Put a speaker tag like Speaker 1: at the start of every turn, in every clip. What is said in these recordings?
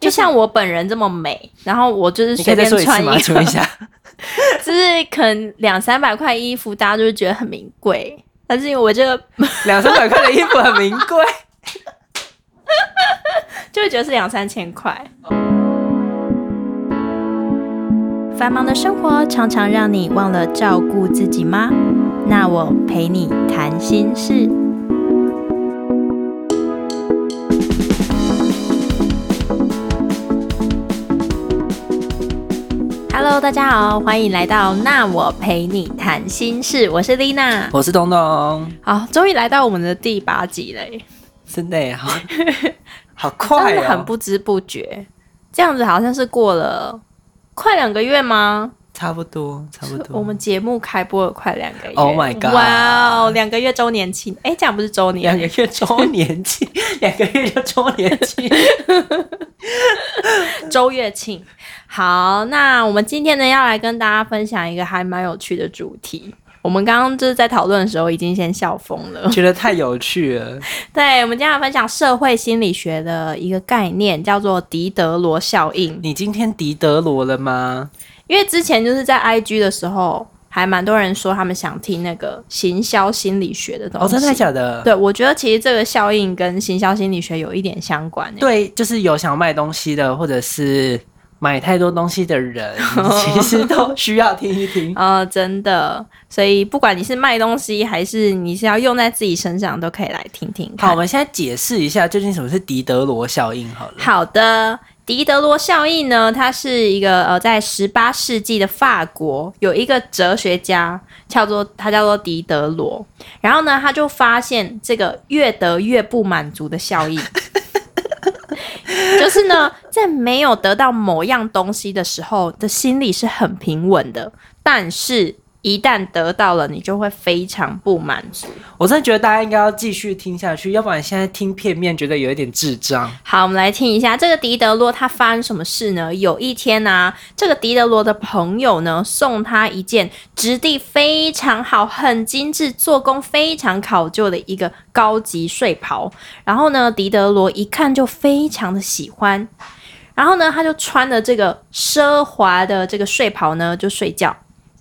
Speaker 1: 就像我本人这么美，然后我就是
Speaker 2: 你可
Speaker 1: 随
Speaker 2: 以再
Speaker 1: 便
Speaker 2: 说一次
Speaker 1: 穿
Speaker 2: 吗？
Speaker 1: 一
Speaker 2: 请
Speaker 1: 个
Speaker 2: 问一，下，
Speaker 1: 就是可能两三百块衣服，大家就会觉得很名贵。但是因为我这个
Speaker 2: 两三百块的衣服很名贵。
Speaker 1: 就会觉得是两三千块。繁忙的生活常常让你忘了照顾自己吗？那我陪你谈心事。Hello，大家好，欢迎来到《那我陪你谈心事》，我是丽娜。
Speaker 2: 我是东东，
Speaker 1: 好，终于来到我们的第八集嘞。
Speaker 2: 真的耶 好，好快
Speaker 1: 真的
Speaker 2: 哦，
Speaker 1: 很不知不觉，这样子好像是过了快两个月吗？
Speaker 2: 差不多，差不
Speaker 1: 是
Speaker 2: 多。
Speaker 1: 我们节目开播了快两个月
Speaker 2: Oh my god
Speaker 1: 哇哦，两个月周年庆，哎、这样不是周
Speaker 2: 两
Speaker 1: 年
Speaker 2: 个月周年 庆，两个月就周年庆。
Speaker 1: 周月庆。好，那我们今天呢要来跟大家分享一个还蛮有趣的主题。我们刚刚就是在讨论的时候已经先笑疯了。
Speaker 2: 觉得太有趣了，
Speaker 1: 对，我们今天要分享社会心理学的一个概念，叫做狄德罗效应。
Speaker 2: 你今天狄德罗了吗？
Speaker 1: 因为之前就是在 IG 的时候，还蛮多人说他们想听那个行销心理学的东西。
Speaker 2: 哦，真的假的？
Speaker 1: 对，我觉得其实这个效应跟行销心理学有一点相关欸诶。
Speaker 2: 对，就是有想卖东西的，或者是买太多东西的 人，其实都需要听一听。
Speaker 1: 呃，真的，所以不管你是卖东西，还是你是要用在自己身上，都可以来听听看。
Speaker 2: 好，我们现在解释一下究竟什么是狄德罗效应好了。
Speaker 1: 好的，狄德罗效应呢，它是一个呃，在十八世纪的法国有一个哲学家叫做他叫做狄德罗，然后呢，他就发现这个越得越不满足的效 应。就是呢，在没有得到某样东西的时候的心里是很平稳的，但是一旦得到了，你就会非常不满足。
Speaker 2: 我真的觉得大家应该要继续听下去，要不然现在听片面觉得有一点智障。
Speaker 1: 好，我们来听一下这个狄德罗他发生什么事呢？有一天呢、这个狄德罗的朋友呢送他一件质地非常好、很精致、做工非常考究的一个高级睡袍。然后呢，狄德罗一看就非常的喜欢，然后呢，他就穿着这个奢华的这个睡袍呢就睡觉。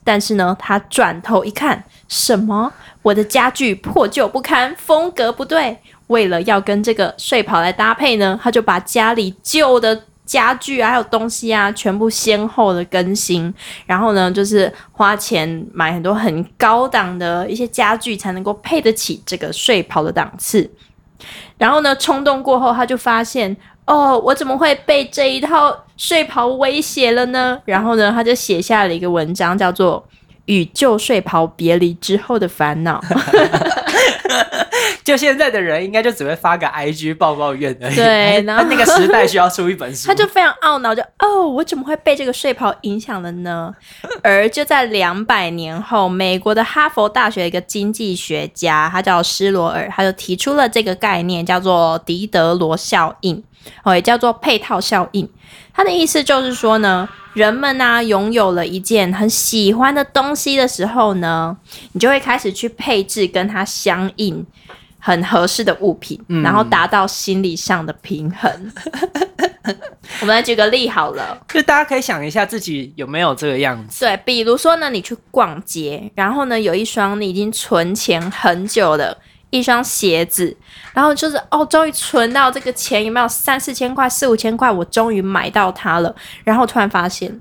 Speaker 1: 但是呢，他转头一看，什么？我的家具破旧不堪，风格不对。为了要跟这个睡袍来搭配呢，他就把家里旧的家具啊，还有东西啊，全部先后的更新。然后呢，就是花钱买很多很高档的一些家具，才能够配得起这个睡袍的档次。然后呢，冲动过后，他就发现，哦，我怎么会被这一套睡袍威胁了呢？然后呢，他就写下了一个文章，叫做《与旧睡袍别离之后的烦 恼》。
Speaker 2: 就现在的人，应该就只会发个 IG 抱抱怨而已。
Speaker 1: 对然后
Speaker 2: 那个时代需要出一本 书。
Speaker 1: 他就非常懊恼，就哦，我怎么会被这个睡袍影响了呢？而就在两百年后，美国的哈佛大学一个经济学家，他叫施罗尔，他就提出了这个概念，叫做狄德罗效应，哦，也叫做配套效应。他的意思就是说呢，人们呢、拥有了一件很喜欢的东西的时候呢，你就会开始去配置跟它相应。很合适的物品，然后达到心理上的平衡。 我们来举个例好了，
Speaker 2: 就大家可以想一下自己有没有这个样子。
Speaker 1: 对，比如说呢，你去逛街，然后呢，有一双你已经存钱很久的一双鞋子，然后就是哦，终于存到这个钱，有没有三四千块、四五千块？我终于买到它了，然后突然发现。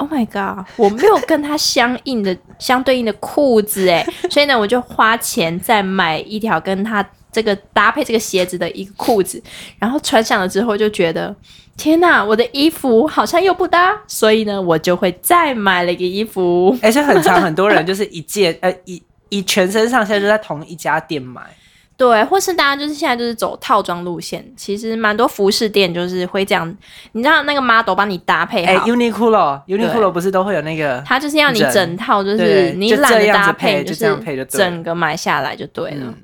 Speaker 1: Oh my god！我没有跟它相应的、 相对应的裤子哎，所以呢，我就花钱再买一条跟它这个搭配这个鞋子的一个裤子，然后穿上了之后就觉得，天呐，我的衣服好像又不搭，所以呢，我就会再买了一个衣服。
Speaker 2: 而且哎很长，很多人就是一件呃一一全身上下就在同一家店买。
Speaker 1: 对，或是大家就是现在就是走套装路线，其实蛮多服饰店就是会这样，你知道那个 model 帮你搭配
Speaker 2: 哎、
Speaker 1: 好，
Speaker 2: u n i q l o Uniqlo 不是都会有那个？
Speaker 1: 他就是要你
Speaker 2: 人
Speaker 1: 整套，就
Speaker 2: 对
Speaker 1: 是你
Speaker 2: 就
Speaker 1: 懒
Speaker 2: 这
Speaker 1: 得
Speaker 2: 样子
Speaker 1: 搭
Speaker 2: 配
Speaker 1: 配，
Speaker 2: 就这样配就是对了
Speaker 1: 整个买下来就对了。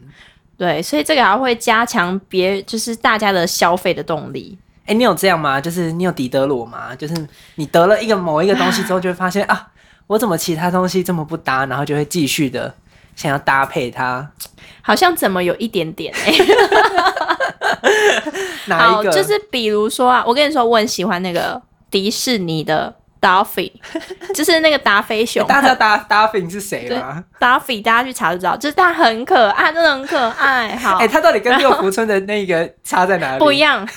Speaker 1: 对，所以这个还会加强别就是大家的消费的动力。
Speaker 2: 哎、你有这样吗？就是你有狄德罗吗？就是你得了一个某一个东西之后，就会发现啊，我怎么其他东西这么不搭，然后就会继续的想要搭配它，
Speaker 1: 好像怎么有一点点哎、
Speaker 2: 哪
Speaker 1: 好，
Speaker 2: 一个？
Speaker 1: 就是比如说啊，我跟你说，我很喜欢那个迪士尼的 Duffy，就是那个达菲熊。
Speaker 2: 大家搭搭配你是谁吗？
Speaker 1: Duffy，大家去查就知道，就是它很可爱，真的很可爱。好，
Speaker 2: 哎、它到底跟六福村的那个差在哪里？
Speaker 1: 不一样。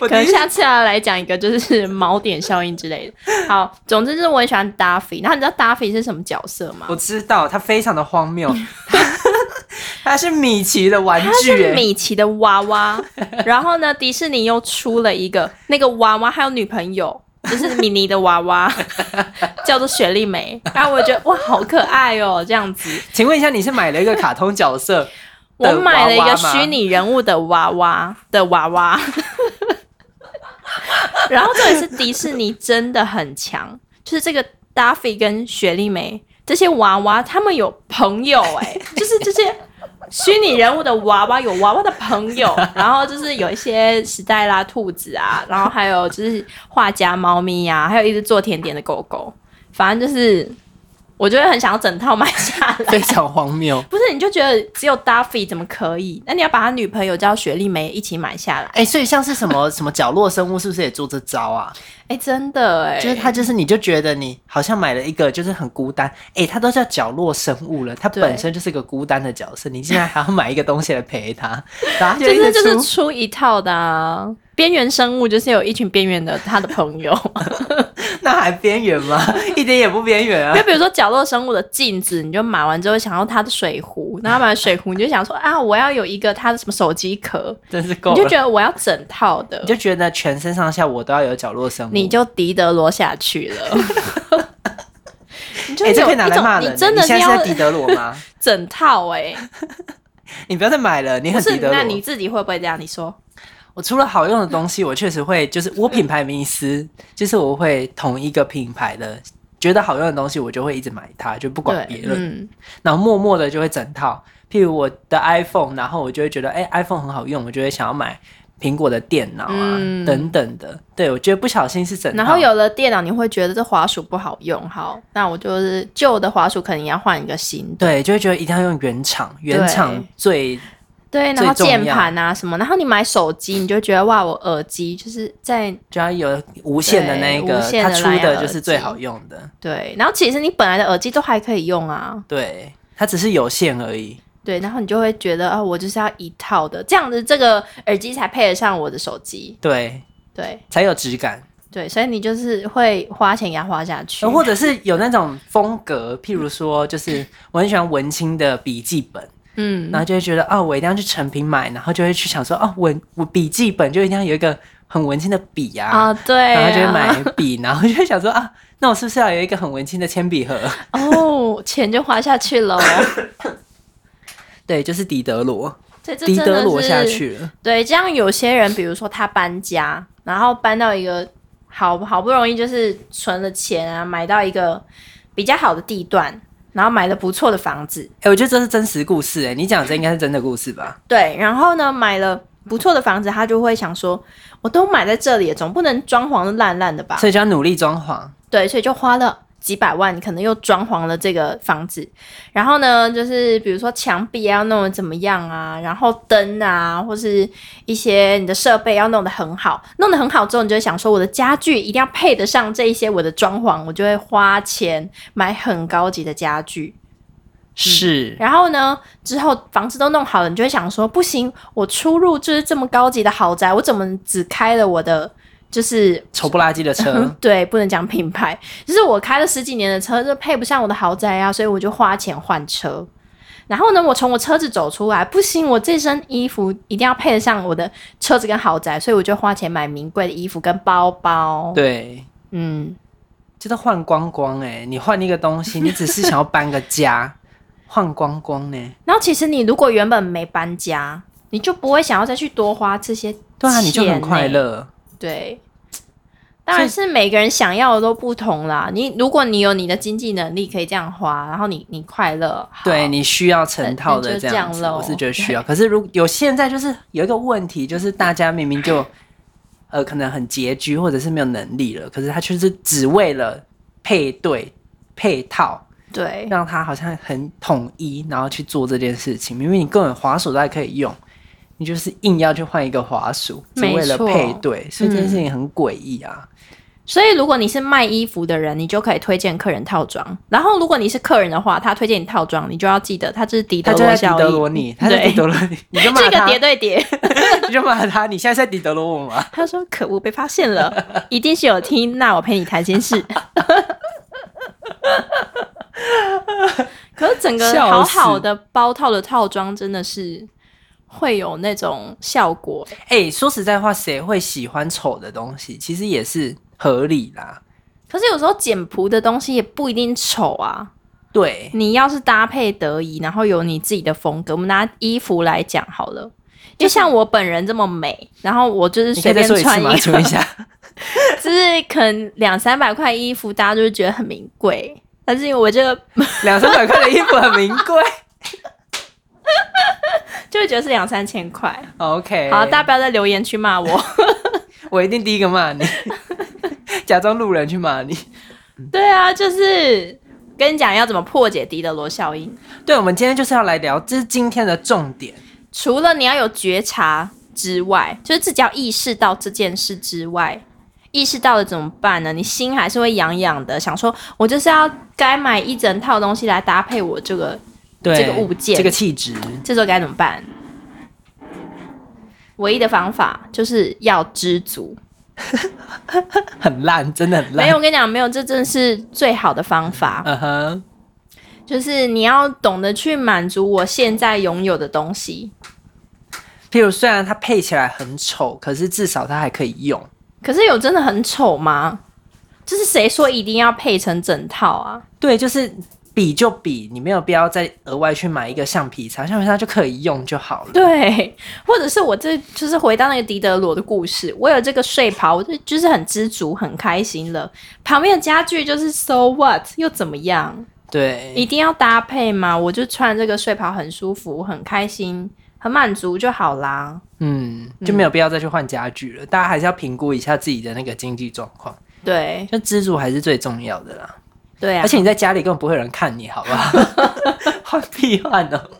Speaker 2: 我
Speaker 1: 可
Speaker 2: 第
Speaker 1: 能
Speaker 2: 一次
Speaker 1: 下次要来讲一个就是锚点效应之类的。好，总之就是我很喜欢 Duffy。然后你知道 Duffy 是什么角色吗？
Speaker 2: 我知道它非常的荒谬，它它是米奇的玩
Speaker 1: 它
Speaker 2: 具、
Speaker 1: 是
Speaker 2: 哎
Speaker 1: 米奇的娃娃，然后呢，迪士尼又出了一个那个娃娃，还有女朋友，就是米妮的娃 娃，叫做雪莉梅。然后我觉得哇，好可爱哦，这样子。
Speaker 2: 请问一下，你是买了一个卡通角色
Speaker 1: 我
Speaker 2: 的娃娃吗？
Speaker 1: 买了一个虚拟人物的娃娃的娃娃， 然后这也是迪士尼真的很强，就是这个 Duffy 跟雪莉梅这些娃娃，他们有朋友哎、 就是这些虚拟人物的娃娃有娃娃的朋友， 然后就是有一些史黛拉兔子啊，然后还有就是画家猫咪呀、啊，还有一只做甜点的狗狗，反正就是我觉得很想要整套买下来。
Speaker 2: 非常荒谬。
Speaker 1: 不是，你就觉得只有 Duffy 怎么可以？那你要把他女朋友叫雪莉梅一起买下来。
Speaker 2: 哎、所以像是什么什么角落生物，是不是也做这招啊？
Speaker 1: 哎、真的哎、
Speaker 2: 就是他，就是你就觉得你好像买了一个，就是很孤单。哎、他都叫角落生物了，他
Speaker 1: 对
Speaker 2: 本身就是个孤单的角色，你竟然还要买一个东西来陪他，然后他就
Speaker 1: 就是
Speaker 2: 一直
Speaker 1: 就
Speaker 2: 出。
Speaker 1: 是出一套的啊。边缘生物就是有一群边缘的他的朋 友，
Speaker 2: 那还边缘 吗？一点也不边缘啊
Speaker 1: 就！比如说角落生物的镜子，你就买完之后想要它的水壶，然后买完水壶你就想说啊，我要有一个它的什么手机壳，
Speaker 2: 真是够
Speaker 1: 你
Speaker 2: 了。
Speaker 1: 就觉得我要整套的
Speaker 2: 你，就觉得全身上下我都要有角落生物，哎
Speaker 1: 你就狄德罗下去了。 你就
Speaker 2: 哎、这
Speaker 1: 有
Speaker 2: 可
Speaker 1: 一
Speaker 2: 以拿来骂
Speaker 1: 种，
Speaker 2: 人的。
Speaker 1: 你真的是
Speaker 2: 你现在
Speaker 1: 要
Speaker 2: 是在狄德罗吗？
Speaker 1: 整套哎、
Speaker 2: 你不要再买了，你
Speaker 1: 不
Speaker 2: 很
Speaker 1: 是
Speaker 2: 狄？德
Speaker 1: 那你
Speaker 2: 罗。
Speaker 1: 自己会不会这样？你说。
Speaker 2: 我除了好用的东西，我确实会，就是我品牌迷思，就是我会同一个品牌的。觉得好用的东西，我就会一直买它，就不管别
Speaker 1: 对，
Speaker 2: 人。
Speaker 1: 嗯，
Speaker 2: 然后默默的就会整套。譬如我的 iPhone，然后我就会觉得，哎、i p h o n e 很好用，我就会想要买苹果的电脑啊、
Speaker 1: 嗯
Speaker 2: 等等的。对，我觉得不小心是整套。
Speaker 1: 然后有了电脑，你会觉得这滑鼠不好用，好，那我就是旧的滑鼠可能也要换一个新的，
Speaker 2: 对，就会觉得一定要用原厂，原厂最
Speaker 1: 对，然
Speaker 2: 最
Speaker 1: 后
Speaker 2: 重要
Speaker 1: 键盘啊什么，然后你买手机，你就觉得哇，我耳机就是在
Speaker 2: 就要有无线的那一个
Speaker 1: 对无，线
Speaker 2: 它
Speaker 1: 的
Speaker 2: 出
Speaker 1: 蓝牙
Speaker 2: 的
Speaker 1: 耳
Speaker 2: 就是
Speaker 1: 机
Speaker 2: 最好用的。
Speaker 1: 对，然后其实你本来的耳机都还可以用啊，
Speaker 2: 对，它只是有线而已。
Speaker 1: 对，然后你就会觉得啊、我就是要一套的，这样子这个耳机才配得上我的手机，
Speaker 2: 对，
Speaker 1: 对
Speaker 2: 才有质感，
Speaker 1: 对，所以你就是会花钱给它花下去，
Speaker 2: 呃或者是有那种风格，譬如 说，就是我很喜欢文青的笔记本，
Speaker 1: 嗯，
Speaker 2: 然后就会觉得哦，我一定要去成品买，然后就会去想说，哦，文我笔记本就一定要有一个很文青的笔呀、啊。
Speaker 1: 啊对啊，
Speaker 2: 然后就会买笔， 然后就会想说啊，那我是不是要有一个很文青的铅 笔盒？
Speaker 1: 哦，钱就花下去 了哦，
Speaker 2: 对，就是狄德罗，
Speaker 1: 对，这
Speaker 2: 狄
Speaker 1: 真的
Speaker 2: 德罗
Speaker 1: 是
Speaker 2: 下去了。
Speaker 1: 对，这样有些人，比如说他搬家，然后搬到一个好好不容易就是存了钱啊，买到一个比较好的地段，然后买了不错的房子，
Speaker 2: 哎、我觉得这是真实故事、哎，你讲的这应该是真的故事吧？
Speaker 1: 对，然后呢买了不错的房子，他就会想说，我都买在这里了，总不能装潢得烂烂的吧？
Speaker 2: 所以就要努力装潢，
Speaker 1: 对，所以就花了几百万，可能又装潢了这个房子。然后呢，就是比如说墙壁要弄得怎么样啊，然后灯啊，或是一些你的设备要弄得很好。弄得很好之后，你就会想说，我的家具一定要配得上这一些我的装潢，我就会花钱买很高级的家具。
Speaker 2: 是
Speaker 1: 然后呢，之后房子都弄好了，你就会想说，不行，我出入就是这么高级的豪宅，我怎么只开了我的就是，
Speaker 2: 丑不拉几的车
Speaker 1: 对，不能讲品牌，就是我开了十几年的车，就配不上我的豪宅啊，所以我就花钱换车。然后呢，我从我车子走出来，不行，我这身衣服一定要配得上我的车子跟豪宅，所以我就花钱买名贵的衣服跟包包。，
Speaker 2: 对，
Speaker 1: 嗯，
Speaker 2: 就是换光光、哎，你换一个东西，你只是想要搬个家，换光光呢、
Speaker 1: 然后其实你如果原本没搬家，你就不会想要再去多花这些钱、欸
Speaker 2: 对啊，你就很快。乐。
Speaker 1: 对，当然是每个人想要的都不同啦。你如果你有你的经济能力可以这样花，然后你你快乐，好
Speaker 2: 对你需要成套
Speaker 1: 呃那
Speaker 2: 的
Speaker 1: 就
Speaker 2: 这
Speaker 1: 这
Speaker 2: 样
Speaker 1: 样
Speaker 2: 子，
Speaker 1: 咯
Speaker 2: 我是觉 得需要。可是如有现在就是有一个问题，就是大家明明就呃可能很拮据，或者是没有能力了，可是他却是只为了配对配套
Speaker 1: 对，
Speaker 2: 让它好像很统一，然后去做这件事情。明明你根本滑鼠都还可以用，你就是硬要去换一个滑鼠，只
Speaker 1: 没
Speaker 2: 为了
Speaker 1: 错嗯
Speaker 2: 配对，所以这件事情很诡异啊。
Speaker 1: 所以如果你是卖衣服的人，你就可以推荐客人套装。然后如果你是客人的话，他推荐你套装，你就要记得他这是迪德
Speaker 2: 他就
Speaker 1: 罗
Speaker 2: 在迪
Speaker 1: 效
Speaker 2: 德罗
Speaker 1: 应，
Speaker 2: 你，他在
Speaker 1: 对
Speaker 2: 迪德罗你，你就骂
Speaker 1: 这个
Speaker 2: 他，
Speaker 1: 叠对叠。
Speaker 2: 你就骂他，你现在在迪德罗我吗？
Speaker 1: 他说：“可恶，被发现了，一定是有听。那我陪你谈心事。”可是整个
Speaker 2: 笑死
Speaker 1: 好好的包套的套装，真的是会有那种效果。
Speaker 2: 哎、说实在话，谁会喜欢丑的东西？其实也是合理啦。
Speaker 1: 可是有时候简朴的东西也不一定丑啊。
Speaker 2: 对，
Speaker 1: 你要是搭配得宜，然后有你自己的风格，我们拿衣服来讲好了。就像我本人这么美，然后我就是
Speaker 2: 你可以
Speaker 1: 随
Speaker 2: 再
Speaker 1: 便
Speaker 2: 说一次
Speaker 1: 穿
Speaker 2: 吗？请问一
Speaker 1: 个，
Speaker 2: 下，
Speaker 1: 就是可能两三百块衣服，大家就会觉得很名贵。但是因为我这个
Speaker 2: 两三百块的衣服很名 贵。
Speaker 1: 就会觉得是两三千块。
Speaker 2: OK，
Speaker 1: 好，大家不要在留言区骂 我。
Speaker 2: 我一定第一个骂 你，假装路人去骂你。
Speaker 1: 对啊，就是跟你讲要怎么破解狄德罗效应。
Speaker 2: 对，我们今天就是要来聊，这是今天的重点。
Speaker 1: 除了你要有觉察之外，就是自己要意识到这件事之外，意识到了怎么办呢？你心还是会痒痒的，想说我就是要该买一整套东西来搭配我这个，
Speaker 2: 对，
Speaker 1: 这个物件
Speaker 2: 这个气质，
Speaker 1: 这时候该怎么办？唯一的方法就是要知足。
Speaker 2: 很烂，真的很
Speaker 1: 没
Speaker 2: 烂。
Speaker 1: 有，，我跟你讲，没有，这真的是最好的方法。
Speaker 2: 嗯哼，
Speaker 1: 就是你要懂得去满足我现在拥有的东西。
Speaker 2: 譬如虽然它配起来很丑，可是至少它还可以用。
Speaker 1: 可是有真的很丑吗？就是谁说一定要配成整套啊？
Speaker 2: 对，就是比就比，你没有必要再额外去买一个橡皮擦，橡皮擦就可以用就好了。
Speaker 1: 对，或者是我这就是回到那个狄德罗的故事，我有这个睡袍，我就就是很知足、很开心了。旁边的家具就是 so what 又怎么样？一
Speaker 2: 对，
Speaker 1: 定要搭配吗？我就穿这个睡袍很舒服、很开心、很满足就好啦。
Speaker 2: 嗯，就没有必要再去换家具了。大家还是要评估一下自己的那个经济状况，
Speaker 1: 对
Speaker 2: 就知足还是最重要的啦。
Speaker 1: 对啊
Speaker 2: 而，且你在家里根本不会有人看你，好不 好？换屁换 哦，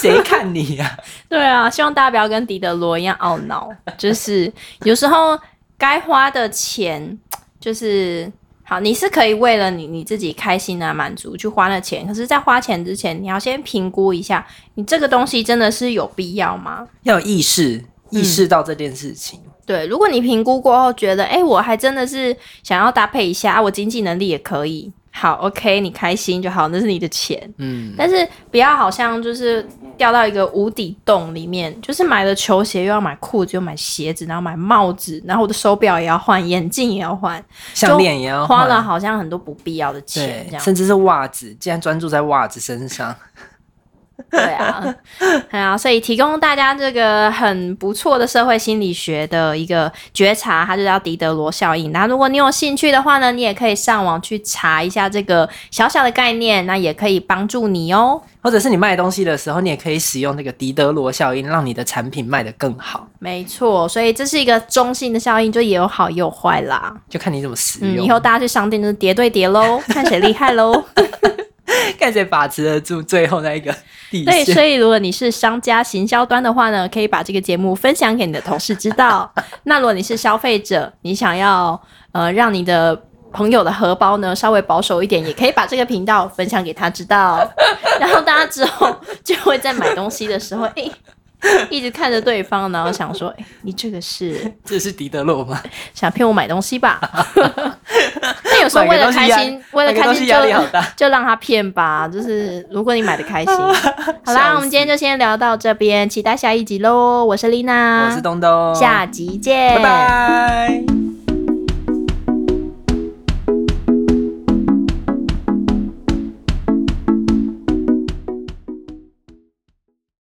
Speaker 2: 谁看你呀、
Speaker 1: 对啊，希望大家不要跟狄德罗一样懊恼，就是有时候该花的钱，就是好，你是可以为了你你自己开心啊、满足去花那钱，可是，在花钱之前，你要先评估一下，你这个东西真的是有必要吗？
Speaker 2: 要有意识，
Speaker 1: 嗯
Speaker 2: 意识到这件事情。
Speaker 1: 对，如果你评估过后觉得，哎、我还真的是想要搭配一下，啊、我经济能力也可以，好，OK，你开心就好，那是你的钱。
Speaker 2: 嗯，
Speaker 1: 但是不要好像就是掉到一个无底洞里面，就是买了球鞋又要买裤子，又买鞋子，然后买帽子，然后我的手表也要换，眼镜也要换，
Speaker 2: 项链也要
Speaker 1: 花
Speaker 2: 换
Speaker 1: 了。好像很多不必要的钱，
Speaker 2: 对
Speaker 1: 这，样
Speaker 2: 甚至是袜子，竟然专注在袜子身上，
Speaker 1: 对啊， 对啊，所以提供大家这个很不错的社会心理学的一个觉察，它就叫狄德罗效应。那如果你有兴趣的话呢，你也可以上网去查一下这个小小的概念，那也可以帮助你哦。
Speaker 2: 或者是你卖东西的时候，你也可以使用那个狄德罗效应，让你的产品卖得更好，
Speaker 1: 没错，所以这是一个中性的效应，就也有好也有坏啦。
Speaker 2: 就看你怎么使
Speaker 1: 嗯，
Speaker 2: 用，
Speaker 1: 以后大家去商店就是叠对叠喽，看谁厉害喽。
Speaker 2: 看谁把持得住最后那一个底
Speaker 1: 对，
Speaker 2: 线。
Speaker 1: 所以如果你是商家行销端的话呢，可以把这个节目分享给你的同事知道。那如果你是消费者，你想要呃让你的朋友的荷包呢稍微保守一点，也可以把这个频道分享给他知道，然后大家之后就会在买东西的时候，诶，一直看着对方，然后想说，诶，你这个是
Speaker 2: 这是狄德罗吗？
Speaker 1: 想骗我买东西 吧？但有时候为了开心，为了
Speaker 2: 买个
Speaker 1: 开
Speaker 2: 东
Speaker 1: 心
Speaker 2: 西压力好
Speaker 1: 就
Speaker 2: 大。
Speaker 1: 就让他骗吧。就是如果你买的开 心，好啦，我们今天就先聊到这啊边，期待下一集喽。我是丽娜，
Speaker 2: 我是东东，
Speaker 1: 下集见，
Speaker 2: 拜拜。